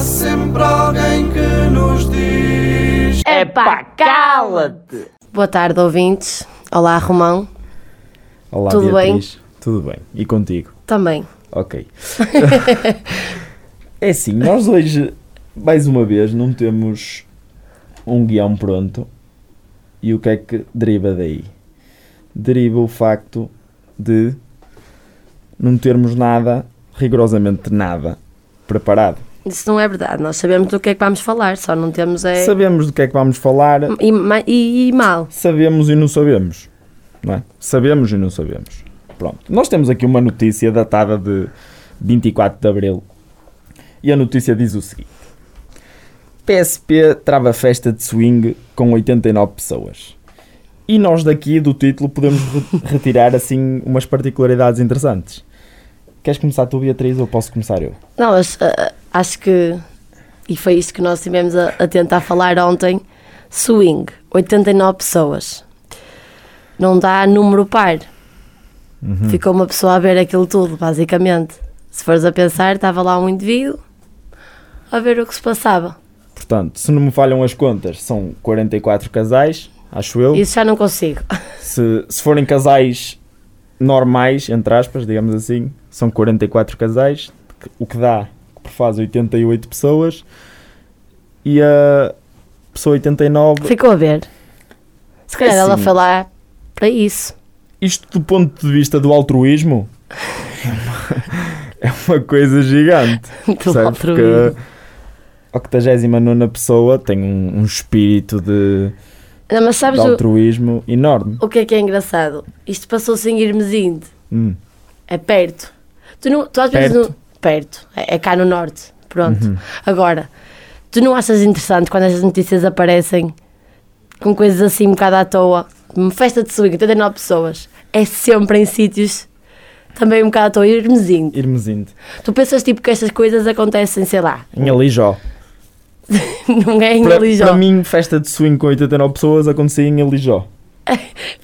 sempre alguém que nos diz. Epá, cala-te! Boa tarde, ouvintes. Olá, Romão. Olá, Tudo Beatriz. Tudo bem. E contigo? Também. Ok. é assim, nós hoje, mais uma vez, não temos um guião pronto. E o que é que deriva daí? Deriva o facto de não termos nada, rigorosamente nada, preparado. Isso não é verdade. Nós sabemos do que é que vamos falar, só não temos é. Sabemos do que é que vamos falar, E, ma- e- e mal. sabemos e não sabemos. Não é? Sabemos e não sabemos. Pronto. Nós temos aqui uma notícia datada de 24 de Abril. E a notícia diz o seguinte: PSP trava festa de swing com 89 pessoas. E nós daqui do título podemos re- retirar assim umas particularidades interessantes. Queres começar tu, Beatriz, ou posso começar eu? Não, mas, ah, ah, acho que. E foi isso que nós estivemos a, a tentar falar ontem. Swing, 89 pessoas. Não dá número par. Ficou uma pessoa a ver aquilo tudo, basicamente. Se fores a pensar, estava lá um indivíduo a ver o que se passava. Portanto, se não me falham as contas, são 44 casais, acho eu. Isso já não consigo. Se, se forem casais normais, entre aspas, digamos assim, são 44 casais, que- o que dá, que prefaz 88 pessoas, e a pessoa 89, Ficou a ver. Se calhar ela Assim. foi lá para isso. isto do ponto de vista do altruísmo, é uma, é uma coisa gigante. Do percebes? outro Porque a 89 pessoa tem um, um espírito de, Não, mas de sabes o, altruísmo enorme. o que é que é engraçado? Isto passou-se em Irmesinde. Hum. É perto. Tu, não, tu às vezes. Perto. Uhum. Não, perto. É, é cá no norte. Pronto. Agora, tu não achas interessante quando estas notícias aparecem com coisas assim um bocado à toa? Uma festa de swing, 89 pessoas. É sempre em sítios também um bocado à toa. Irmesinde. Irmesindo. Tu pensas tipo que estas coisas acontecem, sei lá. Em Alijó. Não é em Para, religião. para mim, festa de swing com 89 pessoas acontecia em Alijó.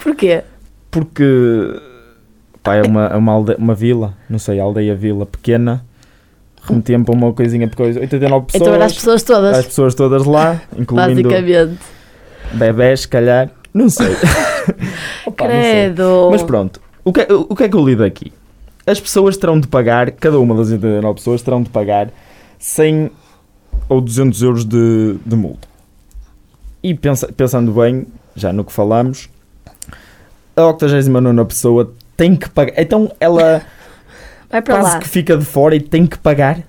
Porquê? É Porque pá, é uma, é uma, alde- uma vila, não sei, aldeia, vila pequena. Remetia-me para uma coisinha por coisa. 89 pessoas. Então era as pessoas todas. as pessoas todas lá, incluindo Basicamente. bebés, se calhar. Não sei. Opa, não sei. Credo. Mas pronto, o que, é- o que é que eu li daqui? As pessoas terão de pagar, cada uma das 89 pessoas terão de pagar 100 ou 200 euros de, de multa. E pensa- pensando bem, já no que falámos, a 89 pessoa tem que pagar. Então ela Vai para quase lá. que fica de fora e tem que pagar.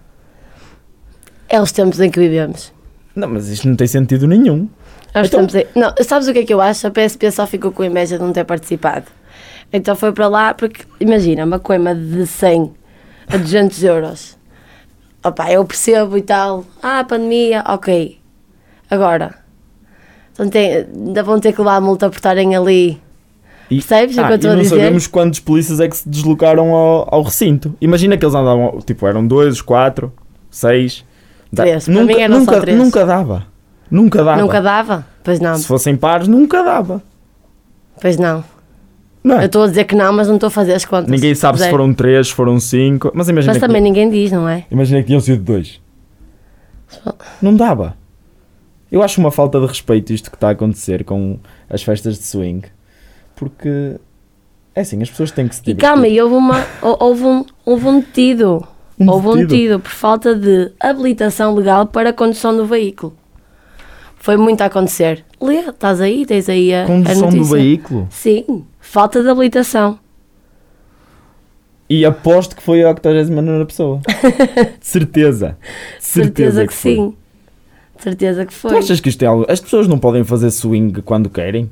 É os tempos em que vivemos. Não, mas isto não tem sentido nenhum. É os Então- tempos em... Não, sabes o que é que eu acho? A PSP só ficou com inveja de não ter participado. Então foi para lá porque, imagina, uma coima de 100 a 200 euros. Opa, eu percebo e tal. Ah, pandemia, ok. Agora, então tem, ainda vão ter que levar a multa por estarem ali. E- Percebes o Ah, que eu estou e a não dizer? sabemos quantos polícias é que se deslocaram ao, ao recinto. Imagina que eles andavam, tipo, eram dois, quatro, seis. Da- Três. Para Nunca, mim eram só nunca, três. nunca dava. Nunca dava. Nunca dava? Pois não, Se fossem pares, nunca dava. pois não. Não é? Eu estou a dizer que não, mas não estou a fazer as contas. Ninguém sabe se Zero. foram três, se foram cinco. Mas imagina, Mas que, também ninguém diz, não é? imagina que tinham sido dois. Não dava. Eu acho uma falta de respeito isto que está a acontecer com as festas de swing. Porque é assim, as pessoas têm que se E divertir. calma, e houve, uma, hou- houve, um, houve um detido. Um houve um detido? detido por falta de habilitação legal para a condução do veículo. Foi muito a acontecer. Lê, estás aí, tens aí a. a Condução do notícia. veículo. Sim, falta de habilitação. E aposto que foi a 89 pessoa. Certeza, Certeza. Certeza que, foi. sim. Certeza que foi. Tu achas que isto é algo. As pessoas não podem fazer swing quando querem?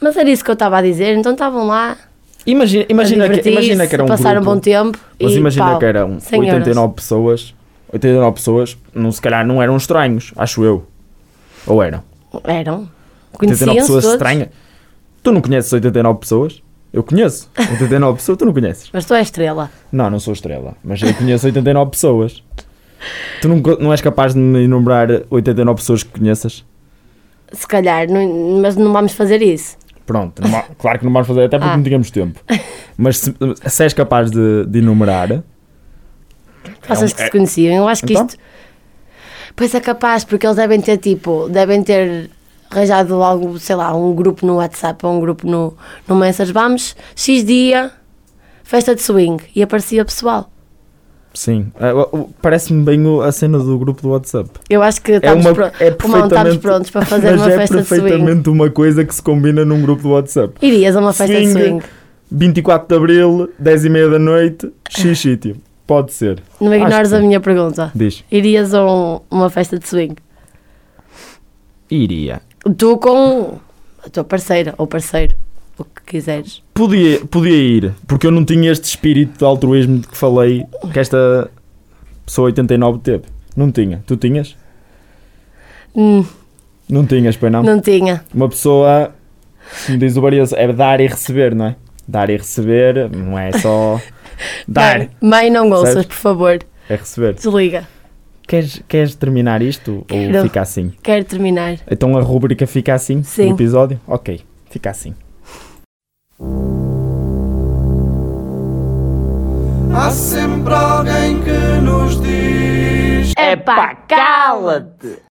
Mas era isso que eu estava a dizer, então estavam lá. Imagina, a imagina, que, divertir-se, imagina que era um Passar um grupo. bom tempo. Mas e, imagina pau, que um eram 100 euros. 89 pessoas. 89 pessoas, não, se calhar não eram estranhos, acho eu. Ou eram? Eram. 89 Conheciam-se pessoas todos. estranhas. Tu não conheces 89 pessoas? Eu conheço. 89 pessoas tu não conheces. Mas tu és estrela. Não, não sou estrela, mas eu conheço 89 pessoas. Tu não, co- não és capaz de me enumerar 89 pessoas que conheças? Se calhar, não- mas não vamos fazer isso. Pronto, não va- claro que não vamos fazer, até porque Ah. não tínhamos tempo. Mas se, se és capaz de, de enumerar, Achas um- que se é- conheciam? Eu acho que Então? isto. Pois é capaz, porque eles devem ter tipo, devem ter arranjado algo, sei lá, um grupo no WhatsApp ou um grupo no, no Message. Vamos, X dia, festa de swing. E aparecia pessoal. Sim. Ah, o- o- Parece-me bem o- a cena do grupo do WhatsApp. Eu acho que estamos, uma- pro- é não, estamos perfeitamente- prontos para fazer Mas uma é festa de swing. perfeitamente uma coisa que se combina num grupo do WhatsApp. Irias a uma festa de Swing. swing. 24 de Abril, 10 e meia da noite, X sítio. Pode ser. Não Acho ignores que a sim. minha pergunta. Diz. Irias a um- uma festa de swing? Iria. Tu com um. a tua parceira ou parceiro, o que quiseres. Podia, podia ir, porque eu não tinha este espírito de altruísmo de que falei que esta pessoa 89 teve. Não tinha. Tu tinhas? Hum, Não tinhas, pois não? não tinha. Uma pessoa, como diz o Barioso, é dar e receber, não é? Dar e receber, não é só dar, Mãe, Mãe, não ouças, Percebes? por favor. é receber. Desliga. Queres, queres terminar isto ou Quero. fica assim? Quero terminar. Então a rúbrica fica assim Sim. no episódio? Ok, fica assim. Há sempre alguém que nos diz. É pá, cala-te!